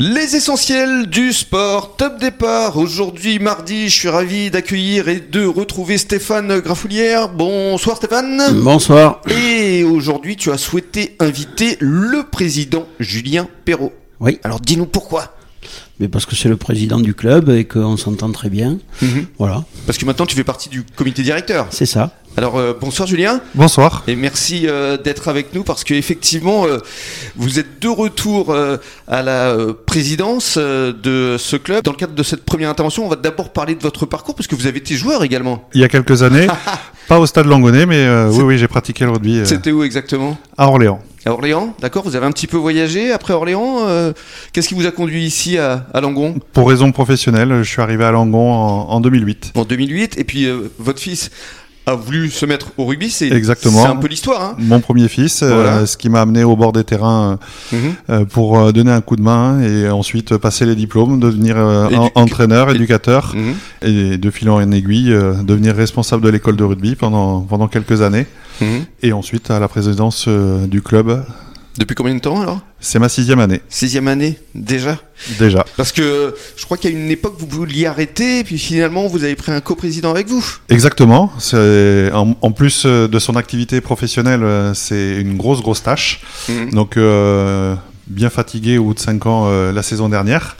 Les essentiels du sport, top départ. Aujourd'hui, mardi, je suis ravi d'accueillir et de retrouver Stéphane Grafoulière. Bonsoir Stéphane. Bonsoir. Et aujourd'hui, tu as souhaité inviter le président Julien Perrault. Oui, Alors dis-nous pourquoi. mais parce que c'est le président du club et qu'on s'entend très bien. Voilà, Parce que maintenant, tu fais partie du comité directeur. c'est ça. Alors euh, bonsoir Julien. Bonsoir. Et merci euh, d'être avec nous parce qu'effectivement, euh, vous êtes de retour euh, à la euh, présidence euh, de ce club. Dans le cadre de cette première intervention, on va d'abord parler de votre parcours parce que vous avez été joueur également. Il y a quelques années, pas au stade Langonnet, mais euh, oui, oui, j'ai pratiqué le rugby euh, C'était où exactement à Orléans. À Orléans, d'accord Vous avez un petit peu voyagé après Orléans. euh, Qu'est-ce qui vous a conduit ici à, à Langon Pour raison professionnelle, je suis arrivé à Langon en, en 2008. en 2008 Et puis euh, votre fils a voulu se mettre au rugby. C'est Exactement. C'est un peu l'histoire. Hein Mon premier fils, euh, Voilà. ce qui m'a amené au bord des terrains Mhm. euh, pour euh, donner un coup de main et ensuite euh, passer les diplômes, devenir euh, Édu- en- entraîneur, édu- éducateur Mhm. et de fil en aiguille, euh, devenir responsable de l'école de rugby pendant, pendant quelques années Mhm. et ensuite à la présidence euh, du club. Depuis combien de temps alors C'est ma sixième année Sixième année déjà déjà. Parce que euh, je crois qu'à une époque, vous vouliez arrêter, et puis finalement, vous avez pris un coprésident avec vous. Exactement. C'est en, en plus euh, de son activité professionnelle, euh, c'est une grosse grosse tâche. Mhm. Donc euh, bien fatigué au bout de 5 ans euh, la saison dernière.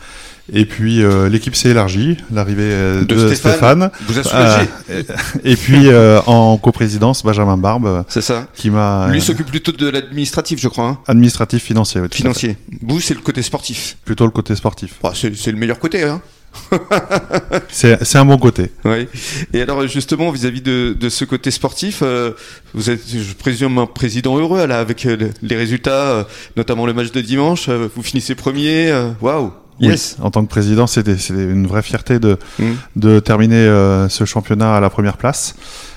Et puis euh, l'équipe s'est élargie, l'arrivée euh, de, Stéphane. Vous a Euh, soulagé. et puis euh, en coprésidence Benjamin Barbe, euh, C'est ça. qui m'a Lui s'occupe plutôt de l'administratif, je crois, hein, administratif financier. oui, tout à fait. financier. Vous, c'est le côté sportif. Plutôt le côté sportif. Bah, c'est c'est le meilleur côté. Hein. C'est c'est un bon côté. Ouais. Et alors, justement, vis-à-vis de, de ce côté sportif, euh, vous êtes, je présume, un président heureux là, avec euh, le- les résultats, euh, notamment le match de dimanche. euh, vous finissez premier. euh, Waouh. Oui, Yes. en tant que président, c'était c'était une vraie fierté de, Mhm. de terminer euh, ce championnat à la première place.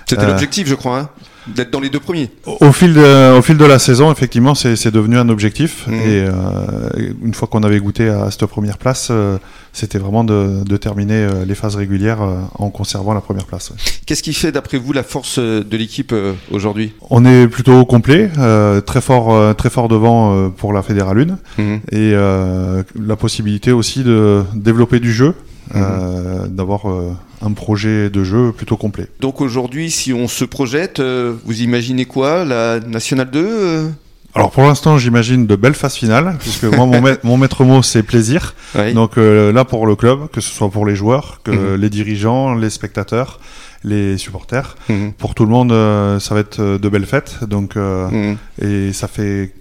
C'était Euh. l'objectif, je crois, hein, d'être dans les deux premiers. Au au fil, de, au fil de la saison, effectivement, c'est c'est devenu un objectif. Mhm. Et euh, une fois qu'on avait goûté à cette première place, euh, c'était vraiment de, de terminer euh, les phases régulières euh, en conservant la première place. ouais. Qu'est-ce qui fait, d'après vous, la force euh, de l'équipe euh, aujourd'hui On est plutôt au complet, euh, très fort, euh, très fort devant euh, pour la Fédérale 1 Mhm. et euh, la possibilité aussi de développer du jeu, euh, d'avoir euh, un projet de jeu plutôt complet. Donc aujourd'hui, si on se projette, euh, vous imaginez quoi La Nationale 2 euh Alors pour l'instant, j'imagine de belles phases finales, puisque moi, mon maître- mon maître mot, c'est plaisir. Ouais. Donc euh, là, pour le club, que ce soit pour les joueurs, que Mhm. les dirigeants, les spectateurs, les supporters, Mhm. pour tout le monde, euh, ça va être euh, de belles fêtes. Donc, euh, Mhm. Et ça fait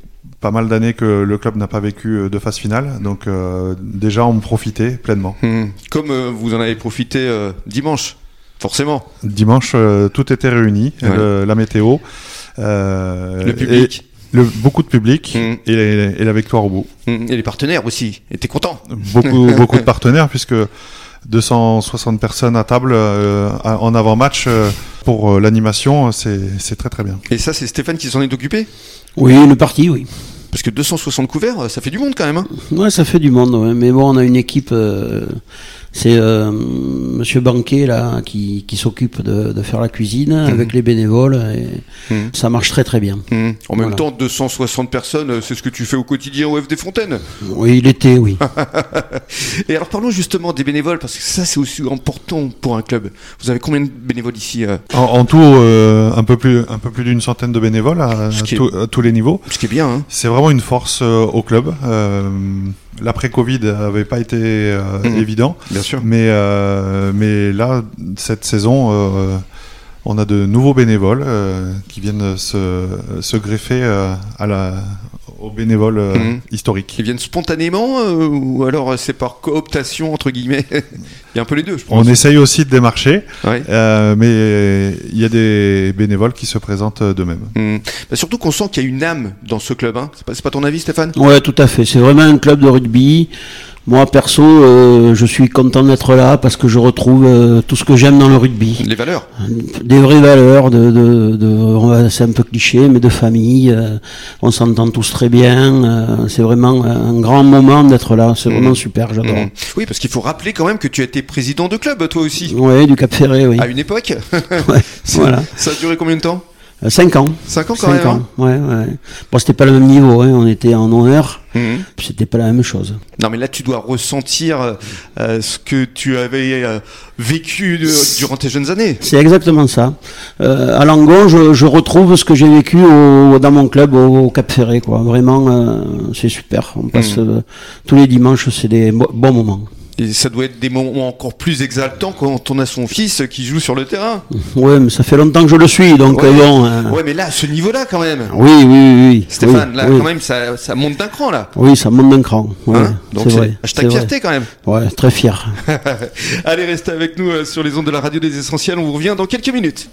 pas mal d'années que le club n'a pas vécu euh, de phase finale. Donc euh, déjà, on profiter pleinement. Mhm. Comme euh, vous en avez profité euh, dimanche, forcément. Dimanche, euh, tout était réuni, Ouais. le- la météo. euh, le public et le- beaucoup de public Mhm. et, et la victoire au bout. Mhm. et les partenaires aussi étaient contents. beaucoup, beaucoup de partenaires puisque 260 personnes à table euh, à- en avant-match euh, pour euh, l'animation, c'est c'est très très bien. Et ça, c'est Stéphane qui s'en est occupé Oui, une partie, oui. Parce que 260 couverts, euh, ça fait du monde quand même. hein. Ouais, ça fait du monde, ouais. mais bon, on a une équipe. euh, c'est euh, Monsieur Banquet là qui, qui s'occupe de, de faire la cuisine avec les bénévoles. Et Mhm. Ça marche très très bien. Mhm. En même Voilà. temps, 260 personnes, euh, c'est ce que tu fais au quotidien au FD Fontaine. Oui, l'été, oui. Et alors parlons justement des bénévoles, parce que ça, c'est aussi important pour un club. Vous avez combien de bénévoles ici euh En, en tout, euh, un peu plus, un peu plus d'une centaine de bénévoles à, Ce qui est- tous- à tous les niveaux. Ce qui est bien, hein C'est vraiment une force euh, au club. Euh, L'après-Covid n'avait pas été euh, Mhm. évident, Bien sûr. mais, euh, mais là, cette saison, euh, on a de nouveaux bénévoles euh, qui viennent se, se greffer euh, à la, aux bénévoles euh, Mhm. historiques. qui viennent spontanément euh, ou alors euh, c'est par cooptation entre guillemets Il y a un peu les deux, je pense. On essaye aussi de démarcher, Ouais. euh, mais il y a des bénévoles qui se présentent euh, d'eux-mêmes. Hmm. Bah, surtout qu'on sent qu'il y a une âme dans ce club. Hein. C'est pas, c'est pas ton avis, Stéphane Ouais, tout à fait. C'est vraiment un club de rugby. Moi, perso, euh, je suis content d'être là parce que je retrouve euh, tout ce que j'aime dans le rugby. Les valeurs. Des vraies valeurs, de, de, de- on va- c'est un peu cliché, mais de famille. euh, on s'entend tous très bien. euh, c'est vraiment un grand moment d'être là. C'est vraiment super, j'adore. Hmm. Oui, parce qu'il faut rappeler quand même que tu as été président de club, toi aussi, Ouais, du Cap Ferré, oui. à une époque. Ouais, voilà. Ça a duré combien de temps Euh, Cinq ans. Cinq ans quand Cinq même. hein ans. Ouais, ouais. Bon, c'était pas le même niveau. hein. On était en honneur. Mhm. Puis C'était pas la même chose. Non, mais là, tu dois ressentir euh, euh, ce que tu avais euh, vécu de- durant tes jeunes années. C'est exactement ça. Euh, à Langon, je, je retrouve ce que j'ai vécu au- dans mon club au, au Cap Ferré. Quoi. Vraiment, euh, c'est super. On passe euh, tous les dimanches, c'est des bo- bons moments. Et ça doit être des moments encore plus exaltants quand on a son fils qui joue sur le terrain. Ouais, mais ça fait longtemps que je le suis, donc Ouais. euh, bon. euh, Ouais, mais là, à ce niveau-là, quand même. Oui, oui, oui, oui. Stéphane, oui, là, oui. quand même, ça, ça monte d'un cran, là. Oui, ça monte d'un cran. Ouais, Hein Donc, c'est vrai. c'est hashtag c'est vrai. fierté, quand même. Ouais, très fier. Allez, restez avec nous euh, sur les ondes de la radio des Essentiels. On vous revient dans quelques minutes.